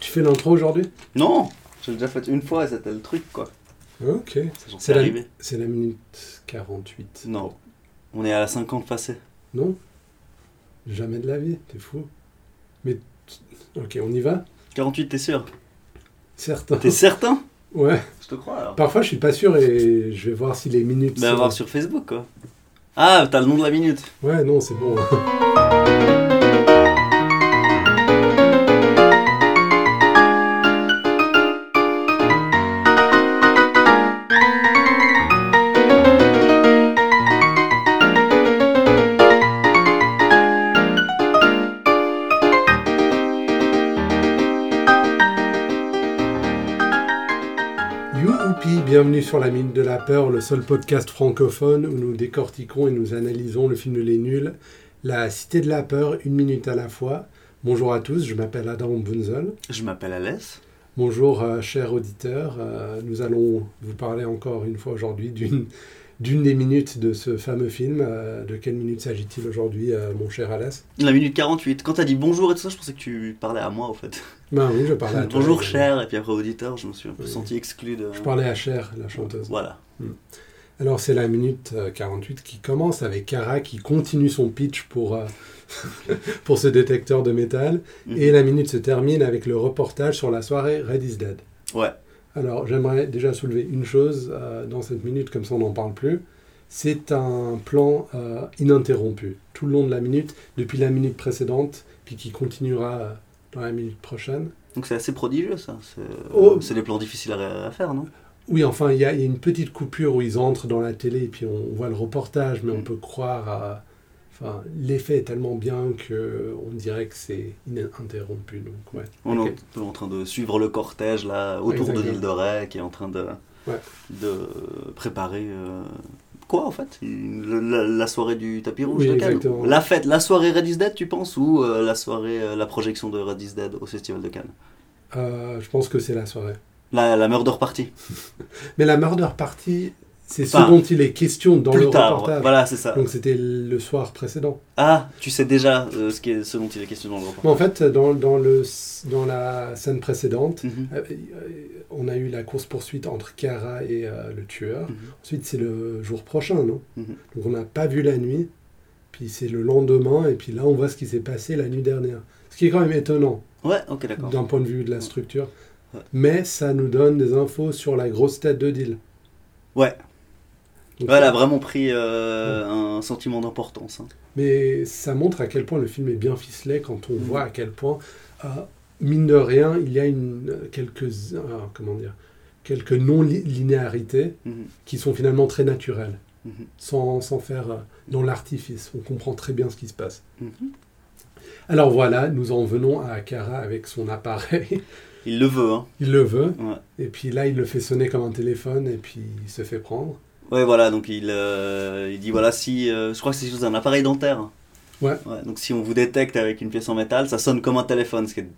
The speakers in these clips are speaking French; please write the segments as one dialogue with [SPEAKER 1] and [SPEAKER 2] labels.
[SPEAKER 1] fais l'intro aujourd'hui
[SPEAKER 2] Non J'ai déjà fait une fois et c'était le truc, quoi.
[SPEAKER 1] Ok.
[SPEAKER 2] Ça, j'en suis
[SPEAKER 1] C'est la,
[SPEAKER 2] arrivé.
[SPEAKER 1] c'est la minute 48.
[SPEAKER 2] Non. On est à la 50 passée.
[SPEAKER 1] Non Jamais de la vie, t'es fou. Mais. t- Ok, on y va
[SPEAKER 2] 48, t'es sûr
[SPEAKER 1] Certain.
[SPEAKER 2] T'es certain
[SPEAKER 1] Ouais.
[SPEAKER 2] Je te crois, alors.
[SPEAKER 1] Parfois, je suis pas sûr et je vais voir si les minutes.
[SPEAKER 2] Bah,
[SPEAKER 1] sont-
[SPEAKER 2] à voir sur Facebook, quoi. Ah, t'as le nom de la minute.
[SPEAKER 1] Ouais, non, c'est bon. Youhoupi, Bienvenue sur la mine de la peur, le seul podcast francophone où nous décortiquons et nous analysons le film Les Nuls, La Cité de la Peur, une minute à la fois. Bonjour à tous, je m'appelle Adam Bunzel.
[SPEAKER 2] Je m'appelle Alès.
[SPEAKER 1] Bonjour, euh, chers auditeurs. Euh, nous allons vous parler encore une fois aujourd'hui d'une d'une des minutes de ce fameux film. Euh, de quelle minute s'agit-il aujourd'hui, euh, mon cher Alès
[SPEAKER 2] La minute 48. Quand t'as dit bonjour et tout ça, je pensais que tu parlais à moi, en fait.
[SPEAKER 1] Ben oui, je parlais à toi.
[SPEAKER 2] bonjour,
[SPEAKER 1] Euh,
[SPEAKER 2] cher. Et puis après, auditeur, je me suis un peu
[SPEAKER 1] Oui.
[SPEAKER 2] senti exclu de.
[SPEAKER 1] Je parlais à Cher, la chanteuse.
[SPEAKER 2] Voilà.
[SPEAKER 1] Alors c'est la minute euh, 48 qui commence avec Kara qui continue son pitch pour, euh, pour ce détecteur de métal.
[SPEAKER 2] Mhm.
[SPEAKER 1] Et la minute se termine avec le reportage sur la soirée Red is Dead.
[SPEAKER 2] Ouais.
[SPEAKER 1] Alors j'aimerais déjà soulever une chose euh, dans cette minute, comme ça on n'en parle plus. C'est un plan euh, ininterrompu tout le long de la minute, depuis la minute précédente, puis qui continuera euh, dans la minute prochaine.
[SPEAKER 2] Donc c'est assez prodigieux, ça. C'est
[SPEAKER 1] Oh.
[SPEAKER 2] c'est des plans difficiles à, à faire, non
[SPEAKER 1] Oui, enfin, il y, a il y a une petite coupure où ils entrent dans la télé et puis on voit le reportage, mais on
[SPEAKER 2] Mm.
[SPEAKER 1] peut croire à. Enfin, l'effet est tellement bien que on dirait que c'est ininterrompu. Donc, ouais.
[SPEAKER 2] On
[SPEAKER 1] Ok.
[SPEAKER 2] est un peu en train de suivre le cortège là autour de
[SPEAKER 1] Exactement.
[SPEAKER 2] l'île de Ré qui est en train de,
[SPEAKER 1] Ouais.
[SPEAKER 2] de préparer euh, quoi en fait Le- la, la soirée du tapis rouge
[SPEAKER 1] Oui,
[SPEAKER 2] laquelle
[SPEAKER 1] exactement.
[SPEAKER 2] La fête, la soirée Red is Dead tu penses ou euh, la soirée, euh, la projection de Red is Dead au festival de Cannes
[SPEAKER 1] Euh, je pense que c'est la soirée.
[SPEAKER 2] La, la murder party
[SPEAKER 1] Mais la murder party, c'est ce
[SPEAKER 2] Enfin,
[SPEAKER 1] dont il est question dans
[SPEAKER 2] plus
[SPEAKER 1] le
[SPEAKER 2] tard, ouais.
[SPEAKER 1] reportage.
[SPEAKER 2] voilà c'est ça.
[SPEAKER 1] Donc c'était le soir précédent.
[SPEAKER 2] Ah tu sais déjà euh, ce, qui est, ce dont il est question dans le reportage.
[SPEAKER 1] Mais en fait, dans, dans le, dans la scène précédente,
[SPEAKER 2] Mhm,
[SPEAKER 1] euh, euh, on a eu la course-poursuite entre Kara et euh, le tueur.
[SPEAKER 2] mhm.
[SPEAKER 1] Ensuite, c'est le jour prochain, non
[SPEAKER 2] Mhm.
[SPEAKER 1] Donc, on n'a pas vu la nuit, puis c'est le lendemain, et puis là, on voit ce qui s'est passé la nuit dernière. Ce qui est quand même étonnant
[SPEAKER 2] Ouais ok d'accord.
[SPEAKER 1] d'un point de vue de la structure.
[SPEAKER 2] Ouais.
[SPEAKER 1] Mais ça nous donne des infos sur la grosse tête de deal.
[SPEAKER 2] Ouais.
[SPEAKER 1] Donc,
[SPEAKER 2] Ouais, elle a vraiment pris euh, un sentiment d'importance. hein.
[SPEAKER 1] Mais ça montre à quel point le film est bien ficelé quand
[SPEAKER 2] Mm.
[SPEAKER 1] on voit à quel point, euh, mine de rien, il y a une, euh, quelques, euh, comment dire, quelques non-linéarités
[SPEAKER 2] Mhm,
[SPEAKER 1] qui sont finalement très naturelles,
[SPEAKER 2] mhm,
[SPEAKER 1] sans, sans faire euh, dans l'artifice. On comprend très bien ce qui se passe.
[SPEAKER 2] mhm.
[SPEAKER 1] Alors voilà, nous en venons à Akara avec son appareil.
[SPEAKER 2] Il le veut hein.
[SPEAKER 1] Il le veut,
[SPEAKER 2] Ouais.
[SPEAKER 1] et puis là, il le fait sonner comme un téléphone, et puis il se fait prendre.
[SPEAKER 2] Ouais, voilà, donc il, euh, il dit voilà, si. euh, je crois que c'est sous un appareil dentaire.
[SPEAKER 1] Ouais.
[SPEAKER 2] Donc si on vous détecte avec une pièce en métal, ça sonne comme un téléphone, ce qui est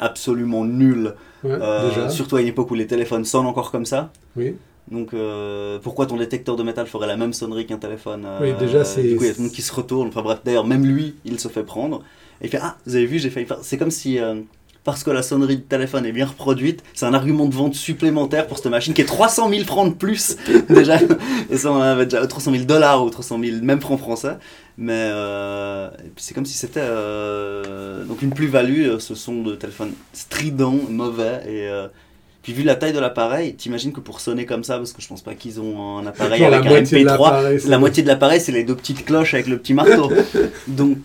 [SPEAKER 2] absolument nul.
[SPEAKER 1] Ouais,
[SPEAKER 2] Euh,
[SPEAKER 1] déjà.
[SPEAKER 2] Surtout à une époque où les téléphones sonnent encore comme ça.
[SPEAKER 1] Oui.
[SPEAKER 2] Donc euh, pourquoi ton détecteur de métal ferait la même sonnerie qu'un téléphone euh,
[SPEAKER 1] Oui, déjà, c'est-
[SPEAKER 2] Du coup, il y a tout le monde qui se retourne. Enfin bref, d'ailleurs, même lui, il se fait prendre. Et il fait Ah, vous avez vu, j'ai failli faire. C'est comme si. euh, parce que la sonnerie du téléphone est bien reproduite, c'est un argument de vente supplémentaire pour cette machine qui est 300 000 francs de plus déjà. Et ça, on en avait déjà 300 000 dollars ou 300 000 même francs français. Mais euh, et puis c'est comme si c'était euh, donc une plus-value, euh, ce son de téléphone strident, mauvais. Et euh, puis vu la taille de l'appareil, t'imagines que pour sonner comme ça, parce que je pense pas qu'ils ont un appareil
[SPEAKER 1] Genre
[SPEAKER 2] avec un MP3,
[SPEAKER 1] l'appareil, c'est-
[SPEAKER 2] la moitié de l'appareil, c'est les deux petites cloches avec le petit marteau. Donc,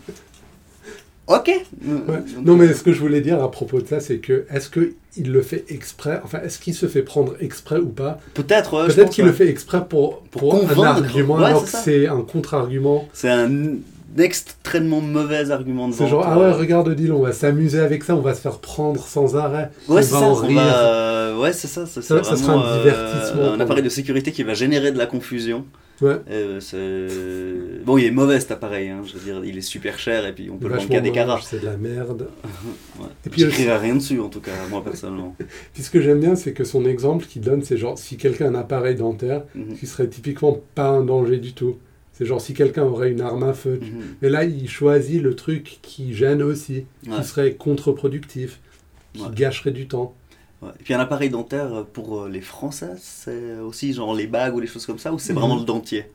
[SPEAKER 2] ok.
[SPEAKER 1] Ouais. Non, mais ce que je voulais dire à propos de ça, c'est que est-ce qu'il le fait exprès Enfin, est-ce qu'il se fait prendre exprès ou pas
[SPEAKER 2] peut-être. ouais, Ah, je
[SPEAKER 1] Peut-être
[SPEAKER 2] pense,
[SPEAKER 1] qu'il
[SPEAKER 2] ouais.
[SPEAKER 1] le fait exprès pour,
[SPEAKER 2] Pour
[SPEAKER 1] pour un
[SPEAKER 2] convaincre.
[SPEAKER 1] argument,
[SPEAKER 2] Ouais,
[SPEAKER 1] alors
[SPEAKER 2] c'est
[SPEAKER 1] que
[SPEAKER 2] ça.
[SPEAKER 1] c'est un contre-argument.
[SPEAKER 2] C'est un extrêmement mauvais argument de
[SPEAKER 1] C'est
[SPEAKER 2] vente.
[SPEAKER 1] genre, ah
[SPEAKER 2] euh,
[SPEAKER 1] ouais, regarde Odile, on va s'amuser avec ça, on va se faire prendre sans arrêt.
[SPEAKER 2] Ouais,
[SPEAKER 1] On
[SPEAKER 2] c'est
[SPEAKER 1] va
[SPEAKER 2] ça.
[SPEAKER 1] en
[SPEAKER 2] on
[SPEAKER 1] rire.
[SPEAKER 2] va, euh, ouais, c'est ça. Ça, c'est
[SPEAKER 1] Ça- ça sera
[SPEAKER 2] vraiment,
[SPEAKER 1] un
[SPEAKER 2] euh,
[SPEAKER 1] divertissement
[SPEAKER 2] un
[SPEAKER 1] pour
[SPEAKER 2] appareil
[SPEAKER 1] nous.
[SPEAKER 2] de sécurité qui va générer de la confusion.
[SPEAKER 1] Ouais.
[SPEAKER 2] Euh, c'est- bon, il est mauvais cet appareil. hein, je veux dire, il est super cher et puis on peut le vendre
[SPEAKER 1] Vachement
[SPEAKER 2] qu'à des caras.
[SPEAKER 1] moche, c'est de la merde.
[SPEAKER 2] Ouais.
[SPEAKER 1] Et puis euh,
[SPEAKER 2] J'écrirai rien dessus en tout cas, moi personnellement.
[SPEAKER 1] Puis ce que j'aime bien, c'est que son exemple qu'il donne, c'est genre, si quelqu'un a un appareil dentaire,
[SPEAKER 2] Mhm,
[SPEAKER 1] qui serait typiquement pas un danger du tout. C'est genre, si quelqu'un aurait une arme à feu.
[SPEAKER 2] mhm.
[SPEAKER 1] Mais là, il choisit le truc qui gêne aussi,
[SPEAKER 2] Ouais.
[SPEAKER 1] qui serait contre-productif. qui
[SPEAKER 2] Ouais.
[SPEAKER 1] gâcherait du temps.
[SPEAKER 2] Ouais. Et puis un appareil dentaire euh, pour euh, les Français, c'est aussi genre les bagues ou les choses comme ça, ou c'est vraiment
[SPEAKER 1] Mhm.
[SPEAKER 2] le dentier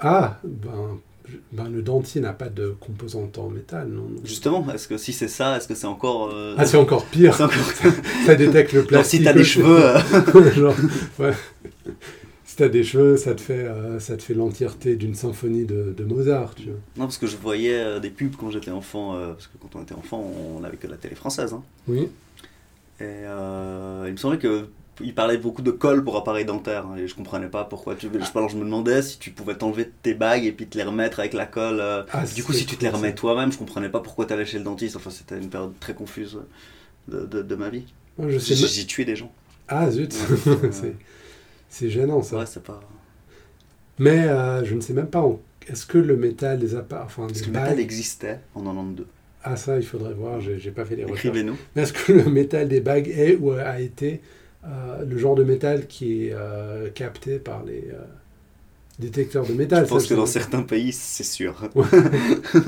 [SPEAKER 1] Ah, ben, je- ben, le dentier n'a pas de composante en métal. Non, non.
[SPEAKER 2] Justement, est-ce que si c'est ça, est-ce que c'est encore. euh,
[SPEAKER 1] Ah, c'est encore pire.
[SPEAKER 2] c'est encore-
[SPEAKER 1] Ça détecte le
[SPEAKER 2] Genre,
[SPEAKER 1] plastique.
[SPEAKER 2] si t'as des
[SPEAKER 1] aussi.
[SPEAKER 2] cheveux. euh,
[SPEAKER 1] Genre, ouais. Si t'as des cheveux, ça te fait, euh, ça te fait l'entièreté d'une symphonie de, de Mozart. Tu vois.
[SPEAKER 2] Non, parce que je voyais euh, des pubs quand j'étais enfant, euh, parce que quand on était enfant, on n'avait que de la télé française. hein.
[SPEAKER 1] Oui.
[SPEAKER 2] Et euh, il me semblait que. Il parlait beaucoup de colle pour appareil dentaire hein, et je comprenais pas pourquoi. Tu, je, alors, je me demandais si tu pouvais t'enlever tes bagues et puis te les remettre avec la colle. euh,
[SPEAKER 1] Ah,
[SPEAKER 2] Du coup,
[SPEAKER 1] c'est
[SPEAKER 2] si tu te les
[SPEAKER 1] cool, ça.
[SPEAKER 2] remets toi-même, je comprenais pas pourquoi t'allais chez le dentiste. Enfin, c'était une période très confuse de, de- de ma vie.
[SPEAKER 1] Moi, je sais
[SPEAKER 2] J'ai
[SPEAKER 1] ma-
[SPEAKER 2] j'ai tué des gens.
[SPEAKER 1] Ah zut,
[SPEAKER 2] Ouais.
[SPEAKER 1] c'est, c'est gênant ça.
[SPEAKER 2] Ouais, c'est pas.
[SPEAKER 1] Mais euh, je ne sais même pas, en- est-ce que le métal des appareils, enfin
[SPEAKER 2] Parce
[SPEAKER 1] des
[SPEAKER 2] que le
[SPEAKER 1] bagues-
[SPEAKER 2] métal existait en 92.
[SPEAKER 1] Ah ça, il faudrait voir, j'ai, j'ai pas fait les recherches.
[SPEAKER 2] Écrivez-nous.
[SPEAKER 1] Mais est-ce que le métal des bagues est ou a été euh, le genre de métal qui est euh, capté par les euh, détecteurs de métal
[SPEAKER 2] Je pense
[SPEAKER 1] ça,
[SPEAKER 2] que dans
[SPEAKER 1] c'est-
[SPEAKER 2] certains pays, c'est sûr.
[SPEAKER 1] Ouais.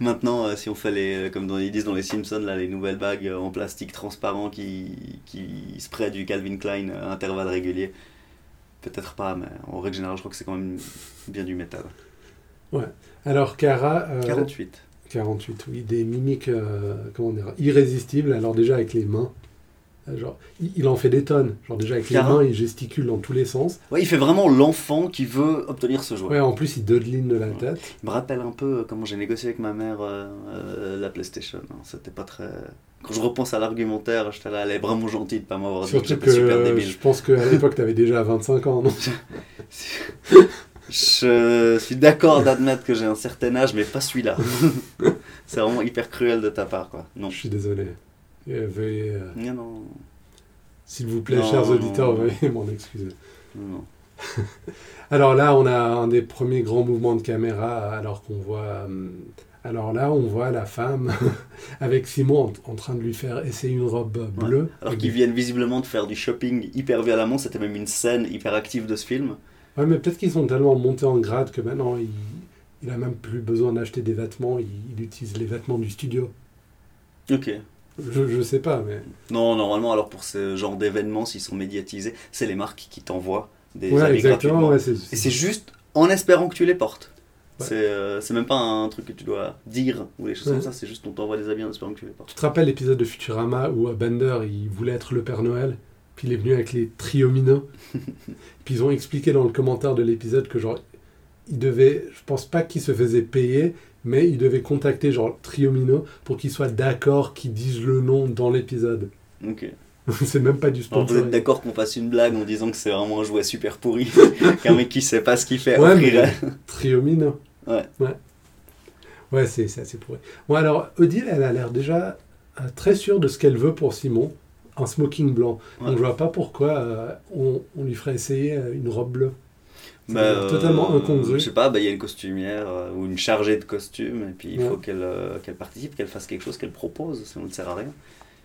[SPEAKER 2] Maintenant, euh, si on fait les, comme dans, ils disent dans les Simpsons, là, les nouvelles bagues euh, en plastique transparent qui, qui spraient du Calvin Klein euh, à intervalles réguliers, peut-être pas, mais en règle générale, je crois que c'est quand même bien du métal.
[SPEAKER 1] Ah Alors Cara, euh,
[SPEAKER 2] 48.
[SPEAKER 1] 48, oui, des mimiques, euh, comment dire, irrésistibles. Alors déjà avec les mains, euh, genre, il, il en fait des tonnes. Genre déjà avec
[SPEAKER 2] Cara.
[SPEAKER 1] les mains, il gesticule dans tous les sens.
[SPEAKER 2] Ouais, il fait vraiment l'enfant qui veut obtenir ce jouet.
[SPEAKER 1] Ouais, en plus, il dodeline de la
[SPEAKER 2] Ouais.
[SPEAKER 1] tête.
[SPEAKER 2] Il me rappelle un peu euh, comment j'ai négocié avec ma mère euh, euh, la PlayStation. hein. C'était pas très. Quand je repense à l'argumentaire, j'étais là, elle est vraiment gentille de pas m'avoir dit que
[SPEAKER 1] Surtout
[SPEAKER 2] j'étais
[SPEAKER 1] que
[SPEAKER 2] super
[SPEAKER 1] euh,
[SPEAKER 2] débile.
[SPEAKER 1] je pense qu'à l'époque, tu avais déjà 25 ans, non
[SPEAKER 2] Je suis d'accord d'admettre que j'ai un certain âge, mais pas celui-là. c'est vraiment hyper cruel de ta part, quoi. Non.
[SPEAKER 1] Je suis désolé. Euh, veuillez, euh,
[SPEAKER 2] Non, non,
[SPEAKER 1] S'il vous plaît,
[SPEAKER 2] Non,
[SPEAKER 1] chers
[SPEAKER 2] non,
[SPEAKER 1] auditeurs,
[SPEAKER 2] non.
[SPEAKER 1] veuillez m'en excuser.
[SPEAKER 2] non, non.
[SPEAKER 1] Alors là, on a un des premiers grands mouvements de caméra, alors qu'on voit... hum, alors là, on voit la femme avec Simon en, en train de lui faire essayer une robe
[SPEAKER 2] Ouais.
[SPEAKER 1] bleue.
[SPEAKER 2] Alors qu'ils viennent visiblement de faire du shopping hyper violemment, c'était même une scène hyper active de ce film.
[SPEAKER 1] Ouais, mais peut-être qu'ils sont tellement montés en grade que maintenant, il, il a même plus besoin d'acheter des vêtements, il, il utilise les vêtements du studio.
[SPEAKER 2] Ok.
[SPEAKER 1] Je, je sais pas, mais...
[SPEAKER 2] Non, normalement, alors pour ce genre d'événements, s'ils sont médiatisés, c'est les marques qui t'envoient des
[SPEAKER 1] Ouais,
[SPEAKER 2] habits
[SPEAKER 1] exactement,
[SPEAKER 2] gratuitement.
[SPEAKER 1] ouais, c'est...
[SPEAKER 2] Et c'est juste en espérant que tu les portes.
[SPEAKER 1] Ouais.
[SPEAKER 2] C'est euh, c'est même pas un truc que tu dois dire ou des choses
[SPEAKER 1] Ouais.
[SPEAKER 2] comme ça, c'est juste on t'envoie des habits en espérant que tu les portes.
[SPEAKER 1] Tu te rappelles l'épisode de Futurama où euh, Bender il voulait être le Père Noël, puis il est venu avec les triominos. puis ils ont expliqué dans le commentaire de l'épisode que genre il devait, je pense pas qu'il se faisait payer, mais il devait contacter genre triomino pour qu'ils soient d'accord qu'ils disent le nom dans l'épisode.
[SPEAKER 2] Ok.
[SPEAKER 1] c'est même pas du
[SPEAKER 2] Alors, vous êtes
[SPEAKER 1] sponsoring.
[SPEAKER 2] d'accord qu'on fasse une blague en disant que c'est vraiment un jouet super pourri, qu'un mec qui sait pas ce qu'il fait
[SPEAKER 1] Ouais,
[SPEAKER 2] offrirait.
[SPEAKER 1] Triomino.
[SPEAKER 2] Ouais.
[SPEAKER 1] Ouais, Ouais, c'est c'est assez pourri. Bon alors Odile, elle a l'air déjà euh, très sûre de ce qu'elle veut pour Simon, un smoking blanc.
[SPEAKER 2] Ouais.
[SPEAKER 1] Donc je vois pas pourquoi euh, on, on lui ferait essayer euh, une robe bleue. C'est
[SPEAKER 2] Bah, euh,
[SPEAKER 1] totalement incongru.
[SPEAKER 2] Je sais pas, bah, il y a une costumière euh, ou une chargée de costumes, et puis il
[SPEAKER 1] Ouais.
[SPEAKER 2] faut qu'elle euh, qu'elle participe, qu'elle fasse quelque chose, qu'elle propose, sinon ne sert à rien.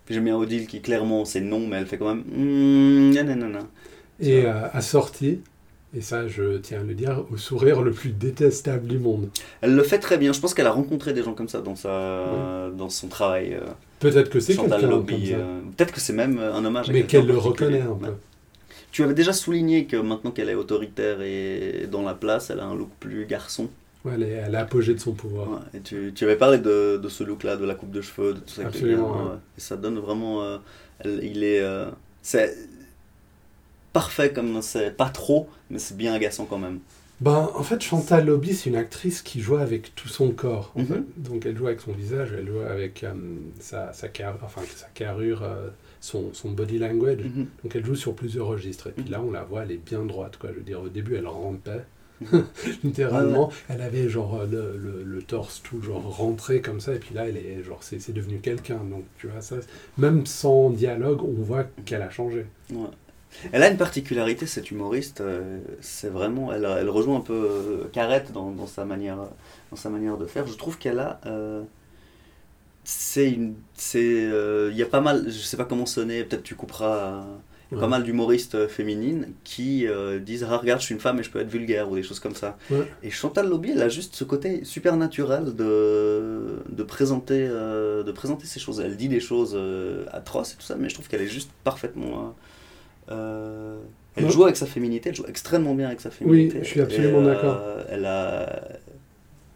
[SPEAKER 2] Puis j'aime bien Odile qui clairement c'est non, mais elle fait quand même. Hmm, nan, nan, nan, nan.
[SPEAKER 1] Et euh, assortie, et ça je tiens à le dire, au sourire le plus détestable du monde.
[SPEAKER 2] Elle le fait très bien, je pense qu'elle a rencontré des gens comme ça dans, sa, dans son travail. euh,
[SPEAKER 1] Peut-être que c'est
[SPEAKER 2] Chantal
[SPEAKER 1] quelqu'un comme
[SPEAKER 2] Lobby.
[SPEAKER 1] ça.
[SPEAKER 2] euh, Peut-être que c'est même euh, un hommage à
[SPEAKER 1] mais
[SPEAKER 2] quelqu'un
[SPEAKER 1] qu'elle le
[SPEAKER 2] en particulier.
[SPEAKER 1] reconnaît hein. un peu.
[SPEAKER 2] Ouais. Tu avais déjà souligné que maintenant qu'elle est autoritaire et dans la place, elle a un look plus garçon.
[SPEAKER 1] Ouais, elle est à l'apogée de son pouvoir.
[SPEAKER 2] Ouais, Et tu, tu avais parlé de, de ce look-là, de la coupe de cheveux, de tout ça. qui est
[SPEAKER 1] Absolument,
[SPEAKER 2] bien,
[SPEAKER 1] ouais.
[SPEAKER 2] ouais. Et ça donne vraiment. euh, elle- il est. euh, c'est parfait comme c'est pas trop, mais c'est bien agaçant quand même.
[SPEAKER 1] Ben, en fait, Chantal Lobby, c'est une actrice qui joue avec tout son corps. en
[SPEAKER 2] Mhm.
[SPEAKER 1] fait. Donc, elle joue avec son visage, elle joue avec euh, sa, sa, car- enfin, sa carrure, euh, son, son body language.
[SPEAKER 2] Mhm.
[SPEAKER 1] Donc elle joue sur plusieurs registres. Et puis
[SPEAKER 2] Mhm.
[SPEAKER 1] là, on la voit, elle est bien droite. Quoi. Je veux dire, au début, elle rampait.
[SPEAKER 2] Mhm.
[SPEAKER 1] Littéralement, elle avait genre euh, le, le- le torse tout genre rentré comme ça. Et puis là, elle est genre, c'est c'est devenu quelqu'un. Donc tu vois, ça, même sans dialogue, on voit qu'elle a changé.
[SPEAKER 2] Ouais. Elle a une particularité, cette humoriste, euh, c'est vraiment, elle, elle rejoint un peu euh, Carrette dans, dans sa manière, dans sa manière de faire. Je trouve qu'elle a, euh, c'est une, c'est, euh, il y a pas mal, je sais pas comment sonner, peut-être tu couperas. euh, pas
[SPEAKER 1] Ouais.
[SPEAKER 2] mal d'humoristes euh, féminines qui euh, disent Ah, regarde, je suis une femme et je peux être vulgaire ou des choses comme ça.
[SPEAKER 1] Ouais.
[SPEAKER 2] Et Chantal Lobby, elle a juste ce côté super naturel de, de, présenter, euh, de présenter ces choses. Elle dit des choses euh, atroces et tout ça, mais je trouve qu'elle est juste parfaitement. euh, euh, elle
[SPEAKER 1] Ouais.
[SPEAKER 2] joue avec sa féminité, elle joue extrêmement bien avec sa féminité.
[SPEAKER 1] je suis absolument
[SPEAKER 2] Et, euh,
[SPEAKER 1] d'accord.
[SPEAKER 2] Elle a.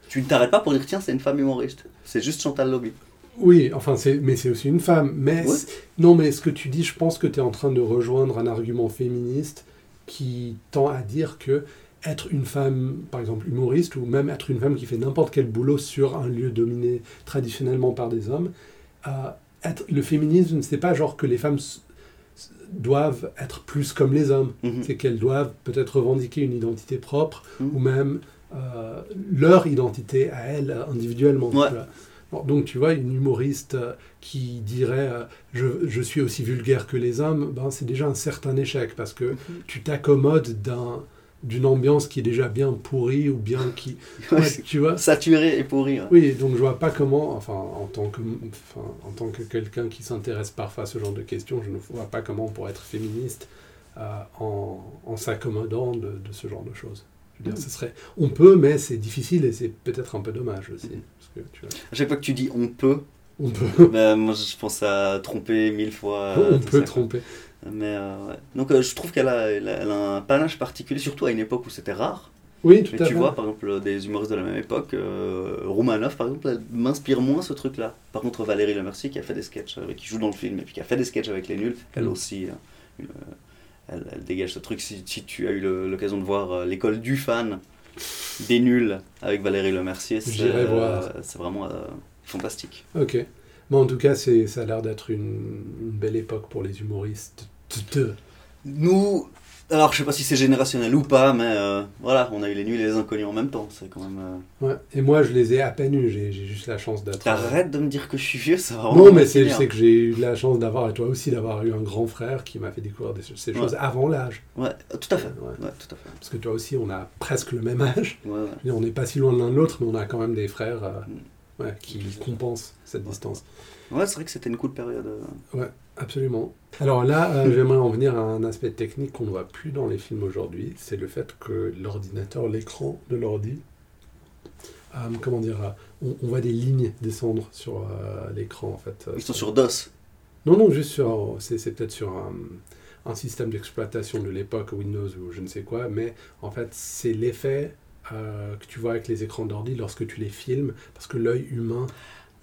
[SPEAKER 2] Tu ne t'arrêtes pas pour dire tiens, c'est une femme humoriste. C'est juste Chantal Lobby.
[SPEAKER 1] Oui, enfin, c'est, mais c'est aussi une femme. Mais
[SPEAKER 2] Ouais.
[SPEAKER 1] c'est- non, mais ce que tu dis, je pense que tu es en train de rejoindre un argument féministe qui tend à dire que être une femme, par exemple humoriste, ou même être une femme qui fait n'importe quel boulot sur un lieu dominé traditionnellement par des hommes, euh, être, le féminisme, c'est pas genre que les femmes s- s- doivent être plus comme les hommes.
[SPEAKER 2] Mhm.
[SPEAKER 1] c'est qu'elles doivent peut-être revendiquer une identité propre
[SPEAKER 2] Mhm.
[SPEAKER 1] ou même euh, leur identité à elles euh, individuellement. tu
[SPEAKER 2] Ouais.
[SPEAKER 1] vois. Bon, donc tu vois, une humoriste euh, qui dirait euh, je, je suis aussi vulgaire que les hommes, ben, c'est déjà un certain échec parce que
[SPEAKER 2] Mm-hmm.
[SPEAKER 1] tu t'accommodes d'un d'une ambiance qui est déjà bien pourrie ou bien qui...
[SPEAKER 2] Ouais,
[SPEAKER 1] Ouais,
[SPEAKER 2] c'est
[SPEAKER 1] tu vois
[SPEAKER 2] Saturé et pourri. hein.
[SPEAKER 1] oui, donc je vois pas comment, enfin, en tant que, enfin, en tant que quelqu'un qui s'intéresse parfois à ce genre de questions, je ne vois pas comment on pourrait être féministe euh, en, en s'accommodant de, de ce genre de choses. Je veux dire,
[SPEAKER 2] Mm.
[SPEAKER 1] ce serait, on peut, mais c'est difficile et c'est peut-être un peu dommage aussi.
[SPEAKER 2] Mm.
[SPEAKER 1] Parce que, tu vois,
[SPEAKER 2] À chaque fois que tu dis on peut,
[SPEAKER 1] on peut,
[SPEAKER 2] bah, moi je pense à tromper mille fois. euh,
[SPEAKER 1] Oh, on
[SPEAKER 2] tout
[SPEAKER 1] peut
[SPEAKER 2] ça.
[SPEAKER 1] tromper.
[SPEAKER 2] Mais euh, ouais. Donc euh, je trouve qu'elle a, elle a- elle a un panache particulier, surtout à une époque où c'était rare.
[SPEAKER 1] Oui, tout
[SPEAKER 2] Mais
[SPEAKER 1] à
[SPEAKER 2] tu
[SPEAKER 1] fait.
[SPEAKER 2] vois, par exemple, des humoristes de la même époque, euh, Roumanoff, par exemple, elle m'inspire moins ce truc-là. Par contre, Valérie Lemercier, qui a fait des sketchs, euh, qui joue dans le film, et puis qui a fait des sketchs avec les nuls, elle
[SPEAKER 1] Mm.
[SPEAKER 2] aussi, euh, une, euh, elle, elle dégage ce truc. Si, si tu as eu le- l'occasion de voir euh, l'école du fan des nuls avec Valérie Lemercier, c'est
[SPEAKER 1] J'irai
[SPEAKER 2] euh,
[SPEAKER 1] voir.
[SPEAKER 2] c'est vraiment euh, fantastique.
[SPEAKER 1] Ok. Mais en tout cas, c'est, ça a l'air d'être une, une belle époque pour les humoristes.
[SPEAKER 2] Nous, alors je sais pas si c'est générationnel ou pas, mais euh, voilà, on a eu les nuls et les inconnus en même temps. C'est quand même. euh,
[SPEAKER 1] Ouais. Et moi, je les ai à peine eus. J'ai, j'ai juste la chance d'être... euh,
[SPEAKER 2] T'arrêtes de me dire que je suis vieux, ça va
[SPEAKER 1] Non,
[SPEAKER 2] vraiment
[SPEAKER 1] mais
[SPEAKER 2] me
[SPEAKER 1] c'est
[SPEAKER 2] finir.
[SPEAKER 1] c'est que j'ai eu de la chance d'avoir, et toi aussi, d'avoir eu un grand frère qui m'a fait découvrir des- ces choses avant l'âge.
[SPEAKER 2] Ouais, euh, tout à fait.
[SPEAKER 1] Ouais.
[SPEAKER 2] Ouais, tout à fait.
[SPEAKER 1] Parce que toi aussi, on a presque le même âge.
[SPEAKER 2] Ouais, ouais.
[SPEAKER 1] Je veux dire, On n'est pas si loin de l'un de l'autre, mais on a quand même des frères euh,
[SPEAKER 2] Mm.
[SPEAKER 1] ouais, qui compensent cette distance.
[SPEAKER 2] Ouais, c'est vrai que c'était une cool période. euh.
[SPEAKER 1] Absolument. Alors là, euh,
[SPEAKER 2] Mm.
[SPEAKER 1] j'aimerais en venir à un aspect technique qu'on ne voit plus dans les films aujourd'hui, c'est le fait que l'ordinateur, l'écran de l'ordi, euh, comment dire, euh, on, on voit des lignes descendre sur euh, l'écran en fait.
[SPEAKER 2] Ils sont sur DOS.
[SPEAKER 1] Non, non, juste sur. C'est c'est peut-être sur un, un système d'exploitation de l'époque, Windows ou je ne sais quoi, mais en fait, c'est l'effet euh, que tu vois avec les écrans d'ordi lorsque tu les filmes, parce que l'œil humain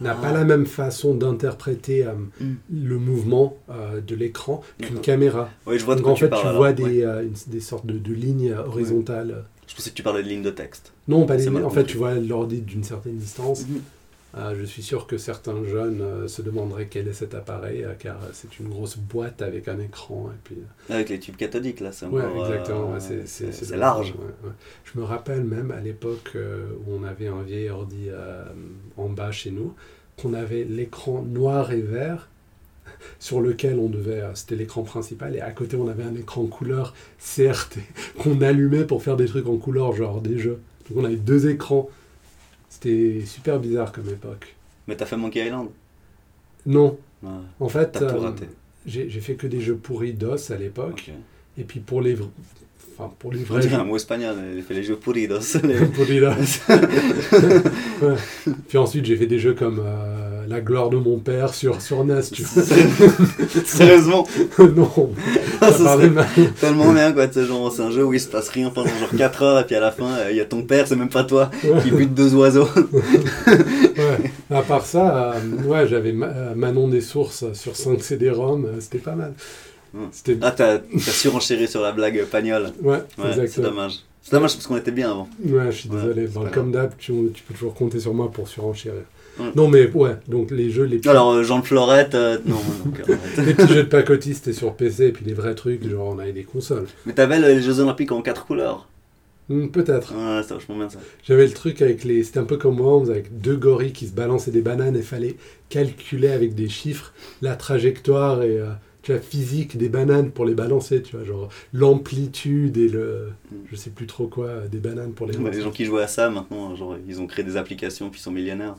[SPEAKER 1] n'a
[SPEAKER 2] Ah.
[SPEAKER 1] pas la même façon d'interpréter euh,
[SPEAKER 2] Mm.
[SPEAKER 1] le mouvement euh, de l'écran qu'une
[SPEAKER 2] D'accord.
[SPEAKER 1] caméra.
[SPEAKER 2] Ouais, je vois de
[SPEAKER 1] Donc
[SPEAKER 2] quoi
[SPEAKER 1] en fait, tu,
[SPEAKER 2] parles, alors.
[SPEAKER 1] vois des,
[SPEAKER 2] Ouais.
[SPEAKER 1] euh, une- des sortes de, de lignes euh, horizontales.
[SPEAKER 2] Je pensais que tu parlais de lignes de texte.
[SPEAKER 1] Non, pas des
[SPEAKER 2] C'est
[SPEAKER 1] lignes.
[SPEAKER 2] mal
[SPEAKER 1] En fait,
[SPEAKER 2] compris.
[SPEAKER 1] tu vois l'ordi d'une certaine distance.
[SPEAKER 2] Mhm.
[SPEAKER 1] Ah, je suis sûr que certains jeunes euh, se demanderaient quel est cet appareil, euh, car euh, c'est une grosse boîte avec un écran. Et puis, euh,
[SPEAKER 2] Avec les tubes cathodiques, là, c'est
[SPEAKER 1] ouais,
[SPEAKER 2] encore. euh,
[SPEAKER 1] exactement. ouais, c'est- c'est- c'est
[SPEAKER 2] c'est
[SPEAKER 1] le-
[SPEAKER 2] large.
[SPEAKER 1] ouais, ouais. Je me rappelle même à l'époque euh, où on avait un vieil ordi euh, en bas chez nous, qu'on avait l'écran noir et vert sur lequel on devait, euh, c'était l'écran principal, et à côté on avait un écran couleur CRT qu'on allumait pour faire des trucs en couleur, genre des jeux. Donc on avait deux écrans. C'était super bizarre comme époque.
[SPEAKER 2] Mais t'as fait Monkey Island.
[SPEAKER 1] Non,
[SPEAKER 2] Ouais,
[SPEAKER 1] en fait,
[SPEAKER 2] T'as tout
[SPEAKER 1] euh,
[SPEAKER 2] raté.
[SPEAKER 1] j'ai j'ai fait que des jeux pourris d'os à l'époque.
[SPEAKER 2] Ok.
[SPEAKER 1] Et puis pour les, vr- enfin pour les
[SPEAKER 2] On
[SPEAKER 1] vrais
[SPEAKER 2] dirait
[SPEAKER 1] jeux
[SPEAKER 2] un mot espagnol, il fait les jeux pourridos. les-
[SPEAKER 1] pourris d'os. Ouais. Puis ensuite, j'ai fait des jeux comme euh, La gloire de mon père sur, sur NES. Tu
[SPEAKER 2] Sérieusement,
[SPEAKER 1] vois. non,
[SPEAKER 2] ça
[SPEAKER 1] ça parlait
[SPEAKER 2] serait
[SPEAKER 1] mal.
[SPEAKER 2] tellement bien quoi, tu sais, genre c'est un jeu où il se passe rien pendant genre 4 heures et puis à la fin euh, il y a ton père, c'est même pas toi, qui bute deux oiseaux.
[SPEAKER 1] Ouais. À part ça, euh, ouais, j'avais Ma- euh, Manon des sources sur 5 CD-ROM. euh, C'était pas mal.
[SPEAKER 2] Hmm.
[SPEAKER 1] C'était
[SPEAKER 2] Ah t'as t'as surenchéri sur la blague pagnole.
[SPEAKER 1] ouais,
[SPEAKER 2] Ouais, c'est
[SPEAKER 1] exactement.
[SPEAKER 2] dommage. C'est dommage parce qu'on était bien avant.
[SPEAKER 1] Ouais, je suis
[SPEAKER 2] Ouais,
[SPEAKER 1] désolé.
[SPEAKER 2] c'est
[SPEAKER 1] Bon,
[SPEAKER 2] pas
[SPEAKER 1] comme d'hab, tu, tu peux toujours compter sur moi pour surenchérir.
[SPEAKER 2] Ouais.
[SPEAKER 1] Non, mais ouais, donc les jeux, les petits,
[SPEAKER 2] Alors euh, Jean de Florette, euh, non, non, non, arrête.
[SPEAKER 1] les petits jeux de pacotis, c'était sur PC, et puis les vrais trucs, genre on avait des consoles.
[SPEAKER 2] Mais t'avais le- les Jeux Olympiques en quatre couleurs.
[SPEAKER 1] Hmm, Peut-être.
[SPEAKER 2] Ah, c'est vachement bien ça.
[SPEAKER 1] J'avais le truc avec les. C'était un peu comme Worms, avec deux gorilles qui se balançaient des bananes et fallait calculer avec des chiffres la trajectoire et euh, tu vois, physique des bananes pour les balancer, tu vois, genre l'amplitude et le. Je sais plus trop quoi, euh, des bananes pour les
[SPEAKER 2] Ouais,
[SPEAKER 1] lancer.
[SPEAKER 2] les gens qui jouaient à ça maintenant, genre ils ont créé des applications puis ils sont millionnaires.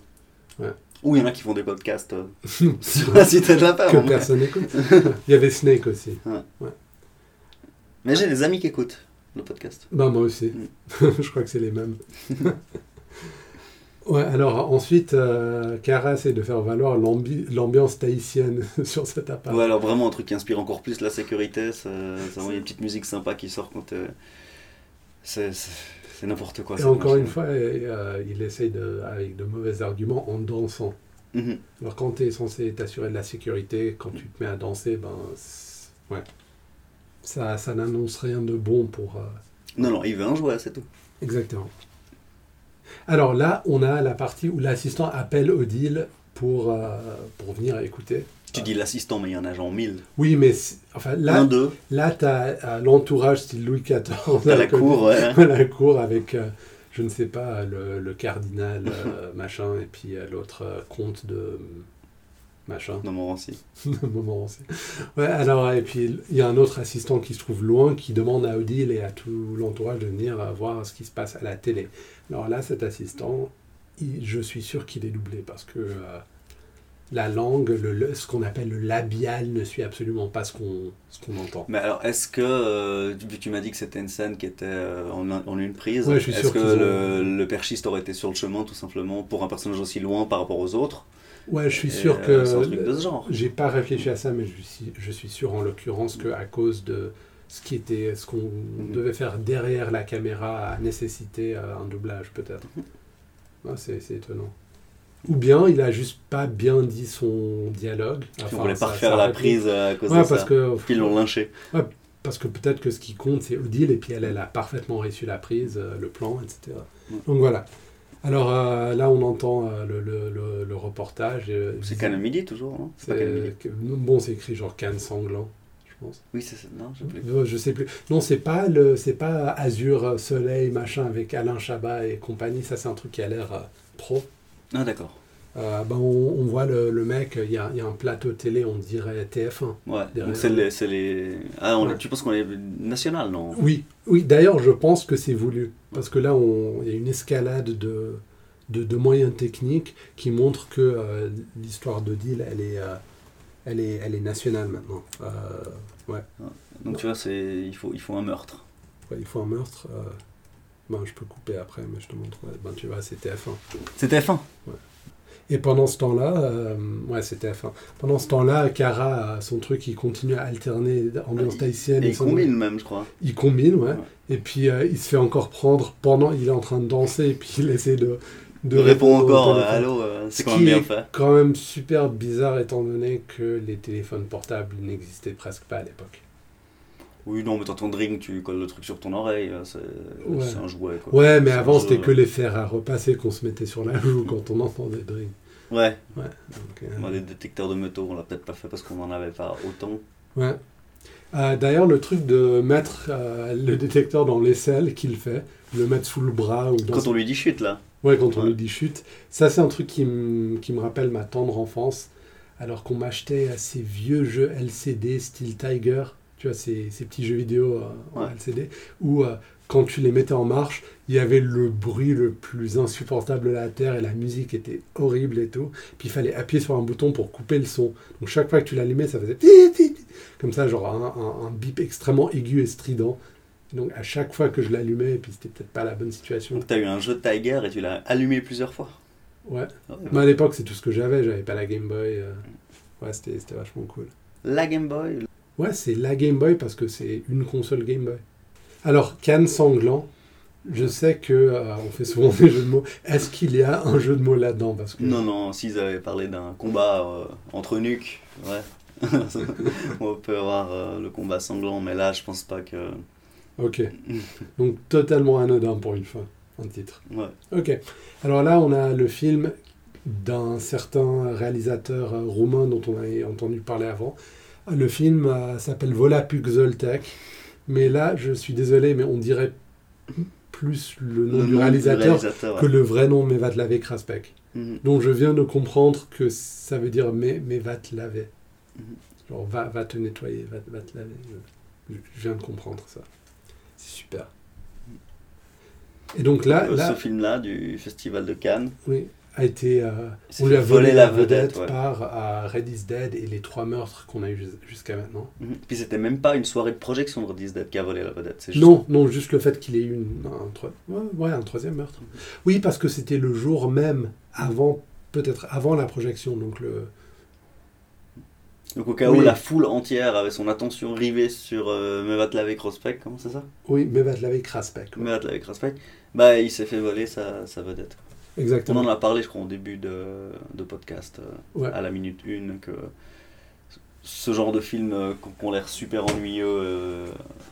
[SPEAKER 1] Ouais.
[SPEAKER 2] Ou il y en a qui font des podcasts euh, sur la cité de la peur.
[SPEAKER 1] que personne n'écoute. Ouais. Il y avait Snake aussi.
[SPEAKER 2] Ouais.
[SPEAKER 1] Ouais.
[SPEAKER 2] Mais j'ai des amis qui écoutent le podcast.
[SPEAKER 1] Bah, moi aussi.
[SPEAKER 2] Mm.
[SPEAKER 1] je crois que c'est les mêmes. ouais, alors ensuite, euh, Cara essaie de faire valoir l'ambi- l'ambiance tahitienne sur cet appart.
[SPEAKER 2] Ouais, alors vraiment un truc qui inspire encore plus la sécurité, c'est c'est vraiment une petite musique sympa qui sort quand. euh, c'est c'est- c'est n'importe quoi.
[SPEAKER 1] Et
[SPEAKER 2] ça
[SPEAKER 1] encore
[SPEAKER 2] marche.
[SPEAKER 1] une fois, euh, il essaye de, avec de mauvais arguments en dansant.
[SPEAKER 2] Mhm.
[SPEAKER 1] Alors quand tu es censé t'assurer de la sécurité, quand tu te mets à danser, ben c'est- ouais, ça, ça n'annonce rien de bon pour. euh,
[SPEAKER 2] Non, non, il veut un jouet, c'est tout.
[SPEAKER 1] Exactement. Alors là, on a la partie où l'assistant appelle Odile pour euh, pour venir écouter.
[SPEAKER 2] Tu
[SPEAKER 1] Ah.
[SPEAKER 2] dis l'assistant, mais il y en a genre 1000.
[SPEAKER 1] Oui, mais c'est- enfin
[SPEAKER 2] Un,
[SPEAKER 1] là,
[SPEAKER 2] deux,
[SPEAKER 1] là t'as euh, l'entourage style Louis XIV.
[SPEAKER 2] t'as la cour, ouais.
[SPEAKER 1] la cour avec, euh, je ne sais pas, le, le cardinal euh, machin, et puis euh, l'autre euh, comte de euh, machin,
[SPEAKER 2] Non, mon Rancy.
[SPEAKER 1] de Montmorency. Ouais, alors, et puis il y a un autre assistant qui se trouve loin qui demande à Odile et à tout l'entourage de venir euh, voir ce qui se passe à la télé. Alors là, cet assistant, il- je suis sûr qu'il est doublé parce que. euh, la langue, le, le- ce qu'on appelle le labial ne suit absolument pas ce qu'on ce qu'on entend.
[SPEAKER 2] Mais alors, est-ce que, euh, tu- tu m'as dit que c'était une scène qui était euh, en, un- en une prise,
[SPEAKER 1] Ouais, je suis
[SPEAKER 2] est-ce
[SPEAKER 1] sûr
[SPEAKER 2] que
[SPEAKER 1] qu'ils
[SPEAKER 2] le, le perchiste aurait été sur le chemin, tout simplement, pour un personnage aussi loin par rapport aux autres
[SPEAKER 1] Ouais, je suis
[SPEAKER 2] Et,
[SPEAKER 1] sûr
[SPEAKER 2] euh,
[SPEAKER 1] que
[SPEAKER 2] C'est un truc de ce genre.
[SPEAKER 1] J'ai pas réfléchi à ça, mais je suis, je suis sûr en l'occurrence que à cause de ce qui était, ce qu'on
[SPEAKER 2] Mhm.
[SPEAKER 1] devait faire derrière la caméra a nécessité euh, un doublage peut-être.
[SPEAKER 2] Mhm.
[SPEAKER 1] Ah, c'est, c'est étonnant. Ou bien il a juste pas bien dit son dialogue.
[SPEAKER 2] Puis
[SPEAKER 1] Enfin,
[SPEAKER 2] on voulait
[SPEAKER 1] ça-
[SPEAKER 2] pas refaire
[SPEAKER 1] ça
[SPEAKER 2] la
[SPEAKER 1] réplique.
[SPEAKER 2] prise euh, à cause
[SPEAKER 1] Ouais,
[SPEAKER 2] de
[SPEAKER 1] parce
[SPEAKER 2] ça.
[SPEAKER 1] que
[SPEAKER 2] Puis ils l'ont lynché.
[SPEAKER 1] parce que peut-être que ce qui compte, c'est Odile, et puis elle, elle a parfaitement réussi la prise, euh, le plan, etc.
[SPEAKER 2] Ouais.
[SPEAKER 1] Donc voilà. Alors euh, là, on entend euh, le, le- le- le reportage. et, euh,
[SPEAKER 2] C'est Cannes Midi, toujours, non C'est pas Cannes Midi.
[SPEAKER 1] c'est- que- Bon, c'est écrit genre Cannes sanglant, je pense.
[SPEAKER 2] Oui, c'est ça. Non, je sais plus.
[SPEAKER 1] Euh, Je sais plus. Non, c'est pas le, c'est pas Azur euh, Soleil machin avec Alain Chabat et compagnie. Ça, c'est un truc qui a l'air euh, pro.
[SPEAKER 2] Ah, d'accord.
[SPEAKER 1] Euh, ben, on, on voit le, le mec. Il y, a, il y a un plateau télé, on dirait TF1.
[SPEAKER 2] Ouais.
[SPEAKER 1] Derrière.
[SPEAKER 2] Donc, c'est les, c'est les. Ah, on-
[SPEAKER 1] Ouais.
[SPEAKER 2] tu penses qu'on est national, non
[SPEAKER 1] Oui, oui. D'ailleurs, je pense que c'est voulu parce que là, on- il y a une escalade de de, de moyens techniques qui montrent que euh, l'histoire de Deal, elle est, euh, elle est, elle est nationale maintenant. Euh,
[SPEAKER 2] Donc, tu vois, c'est il faut, il faut un meurtre.
[SPEAKER 1] Ouais, il faut un meurtre. euh, Ben, je peux couper après, mais je te montre. ouais, Ben, tu vois, c'était F1.
[SPEAKER 2] C'était F1.
[SPEAKER 1] Et pendant ce temps-là, euh, ouais, c'était F1. Pendant ce temps-là, Cara, a son truc, il continue à alterner ambiance
[SPEAKER 2] Ah,
[SPEAKER 1] tahitienne.
[SPEAKER 2] Et
[SPEAKER 1] et
[SPEAKER 2] il
[SPEAKER 1] son-
[SPEAKER 2] combine, même, je crois.
[SPEAKER 1] Il combine, ouais.
[SPEAKER 2] Ouais.
[SPEAKER 1] Et puis, euh, il se fait encore prendre pendant. Il est en train de danser, et puis il essaie de.
[SPEAKER 2] Il répond
[SPEAKER 1] au
[SPEAKER 2] encore, euh,
[SPEAKER 1] téléphone.
[SPEAKER 2] allô, euh,
[SPEAKER 1] Ce
[SPEAKER 2] c'est quand
[SPEAKER 1] qui
[SPEAKER 2] même bien
[SPEAKER 1] est
[SPEAKER 2] fait.
[SPEAKER 1] quand même super bizarre, étant donné que les téléphones portables n'existaient presque pas à l'époque.
[SPEAKER 2] Oui, non, mais dans ton drink, tu colles le truc sur ton oreille, euh, c'est
[SPEAKER 1] Ouais.
[SPEAKER 2] c'est un jouet, quoi.
[SPEAKER 1] Ouais, mais
[SPEAKER 2] C'est un
[SPEAKER 1] avant,
[SPEAKER 2] jeu,
[SPEAKER 1] c'était que
[SPEAKER 2] ouais.
[SPEAKER 1] les fers à repasser qu'on se mettait sur la joue quand on entendait Dream.
[SPEAKER 2] Ouais,
[SPEAKER 1] Donc, euh,
[SPEAKER 2] moi, les détecteurs de métaux, on l'a peut-être pas fait parce qu'on en avait pas autant.
[SPEAKER 1] Ouais. Euh, D'ailleurs, le truc de mettre euh, le détecteur dans l'aisselle qu'il fait, le mettre sous le bras ou dans
[SPEAKER 2] Quand on lui dit chute, là.
[SPEAKER 1] Ouais, quand on
[SPEAKER 2] Ouais.
[SPEAKER 1] lui dit chute, ça c'est un truc qui, me- qui me rappelle ma tendre enfance, alors qu'on m'achetait à ces vieux jeux LCD style Tiger, tu vois, ces, ces petits jeux vidéo euh, en
[SPEAKER 2] Ouais.
[SPEAKER 1] LCD, où euh, quand tu les mettais en marche, il y avait le bruit le plus insupportable de la Terre et la musique était horrible et tout. Puis il fallait appuyer sur un bouton pour couper le son. Donc chaque fois que tu l'allumais, ça faisait... tit, tit, tit. Comme ça, genre un, un- un bip extrêmement aigu et strident. Donc à chaque fois que je l'allumais, et puis c'était peut-être pas la bonne situation.
[SPEAKER 2] Donc, t'as eu un jeu de Tiger et tu l'as allumé plusieurs fois.
[SPEAKER 1] Ouais.
[SPEAKER 2] Ouais.
[SPEAKER 1] Mais à l'époque, c'est tout ce que j'avais. J'avais pas la Game Boy. euh. Ouais, c'était c'était vachement cool.
[SPEAKER 2] La Game Boy,
[SPEAKER 1] Ouais, c'est la Game Boy parce que c'est une console Game Boy. Alors, Cannes sanglant, je sais que euh, on fait souvent des jeux de mots. Est-ce qu'il y a un jeu de mots là-dedans parce que...
[SPEAKER 2] Non, non, s'ils avaient parlé d'un combat euh, entre nuques, ouais. on peut avoir euh, le combat sanglant, mais là, je pense pas que.
[SPEAKER 1] Ok. Donc, totalement anodin pour une fois, un titre.
[SPEAKER 2] Ouais.
[SPEAKER 1] Ok. Alors là, on a le film d'un certain réalisateur euh, roumain dont on avait entendu parler avant. Le film euh, s'appelle Volapük Zoltek. Mais là, je suis désolé, mais on dirait plus le nom
[SPEAKER 2] Le
[SPEAKER 1] du
[SPEAKER 2] nom
[SPEAKER 1] réalisateur
[SPEAKER 2] réalisateur,
[SPEAKER 1] que
[SPEAKER 2] ouais.
[SPEAKER 1] le vrai nom Mevatlavek Kraspek.
[SPEAKER 2] Mhm.
[SPEAKER 1] Donc je viens de comprendre que ça veut dire mais, mais va te laver.
[SPEAKER 2] Mhm.
[SPEAKER 1] Genre va, va te nettoyer, va, va te laver. Je, je viens de comprendre ça. C'est super. Et donc là,
[SPEAKER 2] Euh,
[SPEAKER 1] Ah, là
[SPEAKER 2] Ce film-là du Festival de Cannes,
[SPEAKER 1] oui, a été. euh,
[SPEAKER 2] s'est
[SPEAKER 1] on lui a
[SPEAKER 2] fait
[SPEAKER 1] volé
[SPEAKER 2] voler
[SPEAKER 1] la
[SPEAKER 2] la vedette,
[SPEAKER 1] vedette,
[SPEAKER 2] ouais.
[SPEAKER 1] par euh, Red is Dead et les trois meurtres qu'on a eu jus- jusqu'à maintenant.
[SPEAKER 2] Mhm. Puis c'était même pas une soirée de projection de Dead qui a volé la vedette. c'est juste-
[SPEAKER 1] Non, non, juste le fait qu'il ait eu une- un, troi- ouais, ouais, un troisième meurtre.
[SPEAKER 2] Mm-hmm.
[SPEAKER 1] Oui, parce que c'était le jour même, avant, peut-être avant la projection. Donc le...
[SPEAKER 2] Donc au cas où
[SPEAKER 1] Oui.
[SPEAKER 2] la foule entière avait son attention rivée sur euh, Mevatlavek Rospec, comment c'est ça
[SPEAKER 1] Oui, mais bah, je l'avais craspec.
[SPEAKER 2] Mevatlavek Rospec, bah il s'est fait voler sa, sa vedette. On
[SPEAKER 1] Exactement.
[SPEAKER 2] en a parlé je crois au début de, de podcast, euh,
[SPEAKER 1] Ouais.
[SPEAKER 2] à la minute 1, que ce genre de film euh, qu'on- qu'on l'air super ennuyeux, euh,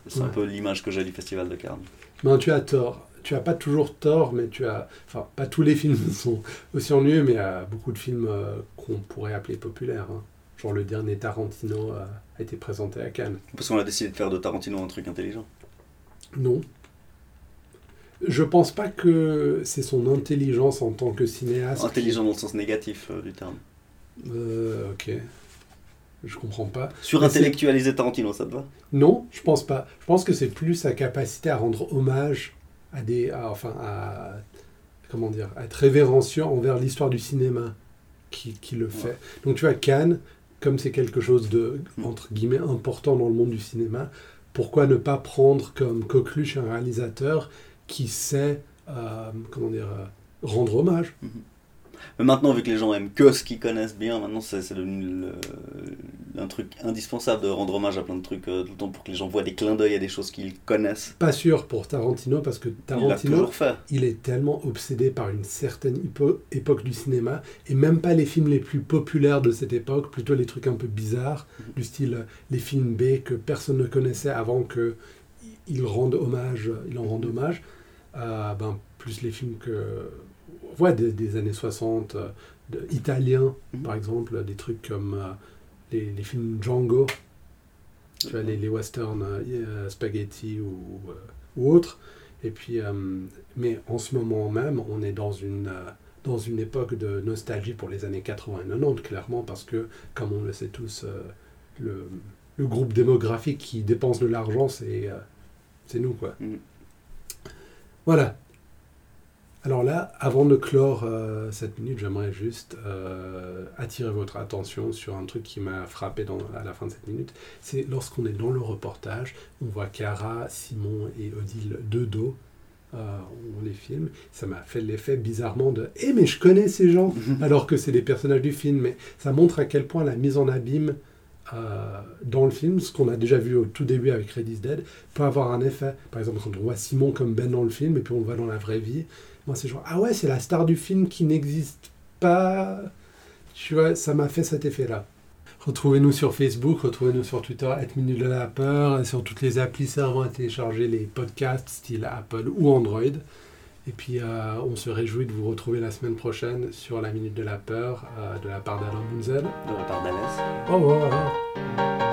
[SPEAKER 2] c'est un
[SPEAKER 1] Ouais.
[SPEAKER 2] peu l'image que j'ai du Festival de Cannes.
[SPEAKER 1] Non, tu as tort. Tu as pas toujours tort, mais tu as. Enfin, pas tous les films sont aussi ennuyeux, mais il y a beaucoup de films euh, qu'on pourrait appeler populaires. hein. Genre le dernier Tarantino euh, a été présenté à Cannes.
[SPEAKER 2] Parce qu'on a décidé de faire de Tarantino un truc intelligent.
[SPEAKER 1] Non. Je pense pas que c'est son intelligence en tant que cinéaste.
[SPEAKER 2] Intelligent dans le sens négatif euh, du terme.
[SPEAKER 1] Ah, Euh, ok. Je comprends pas.
[SPEAKER 2] Surintellectualiser Tarantino, ça te va
[SPEAKER 1] Non, je pense pas. Je pense que c'est plus sa capacité à rendre hommage à des, à- enfin à, comment dire, à être révérencieux envers l'histoire du cinéma qui, qui le fait. Donc tu vois, Cannes, comme c'est quelque chose de entre guillemets important dans le monde du cinéma, pourquoi ne pas prendre comme coqueluche un réalisateur qui sait, euh, comment dire, euh, rendre hommage.
[SPEAKER 2] Mais maintenant, vu que les gens aiment que ce qu'ils connaissent bien, maintenant c'est c'est devenu le- un truc indispensable de rendre hommage à plein de trucs euh, tout le temps pour que les gens voient des clins d'œil à des choses qu'ils connaissent.
[SPEAKER 1] Pas sûr pour Tarantino parce que
[SPEAKER 2] Il l'a
[SPEAKER 1] Tarantino,
[SPEAKER 2] toujours fait.
[SPEAKER 1] il est tellement obsédé par une certaine hypo- époque du cinéma, et même pas les films les plus populaires de cette époque, plutôt les trucs un peu bizarres, du style euh, les films B que personne ne connaissait avant que i- il rende hommage, euh, il en rende hommage, euh, ben, plus les films que ouais, des, des années 60, euh, de- italiens
[SPEAKER 2] Mhm.
[SPEAKER 1] par exemple, euh, des trucs comme euh, les, les films Django, tu vois, les, les westerns euh, y- euh, spaghetti ou, euh, ou autres. Et puis, euh, mais en ce moment même, on est dans une, euh, dans une époque de nostalgie pour les années 80 et 90, clairement, parce que, comme on le sait tous, euh, le, le groupe démographique qui dépense de l'argent, c'est euh, c'est nous, quoi.
[SPEAKER 2] Mhm.
[SPEAKER 1] Voilà. Alors là, avant de clore euh, cette minute, j'aimerais juste euh, attirer votre attention sur un truc qui m'a frappé dans, à la fin de cette minute. C'est lorsqu'on est dans le reportage, on voit Cara, Simon et Odile de dos. euh, on les filme. Ça m'a fait l'effet bizarrement de Eh, mais je connais ces gens Alors que c'est des personnages du film. Mais ça montre à quel point la mise en abîme euh, dans le film, ce qu'on a déjà vu au tout début avec Red is Dead, peut avoir un effet. Par exemple, quand on voit Simon comme Ben dans le film et puis on le voit dans la vraie vie, moi c'est genre ah ouais c'est la star du film qui n'existe pas. Tu vois, ça m'a fait cet effet-là. Retrouvez-nous sur Facebook, retrouvez-nous sur Twitter, Minute de la Peur, et sur toutes les applis servant à télécharger les podcasts style Apple ou Android. Et puis, euh, on se réjouit de vous retrouver la semaine prochaine sur La Minute de la Peur euh, de la part d'Alain Bunzel.
[SPEAKER 2] De la part d'Alès.
[SPEAKER 1] Au revoir.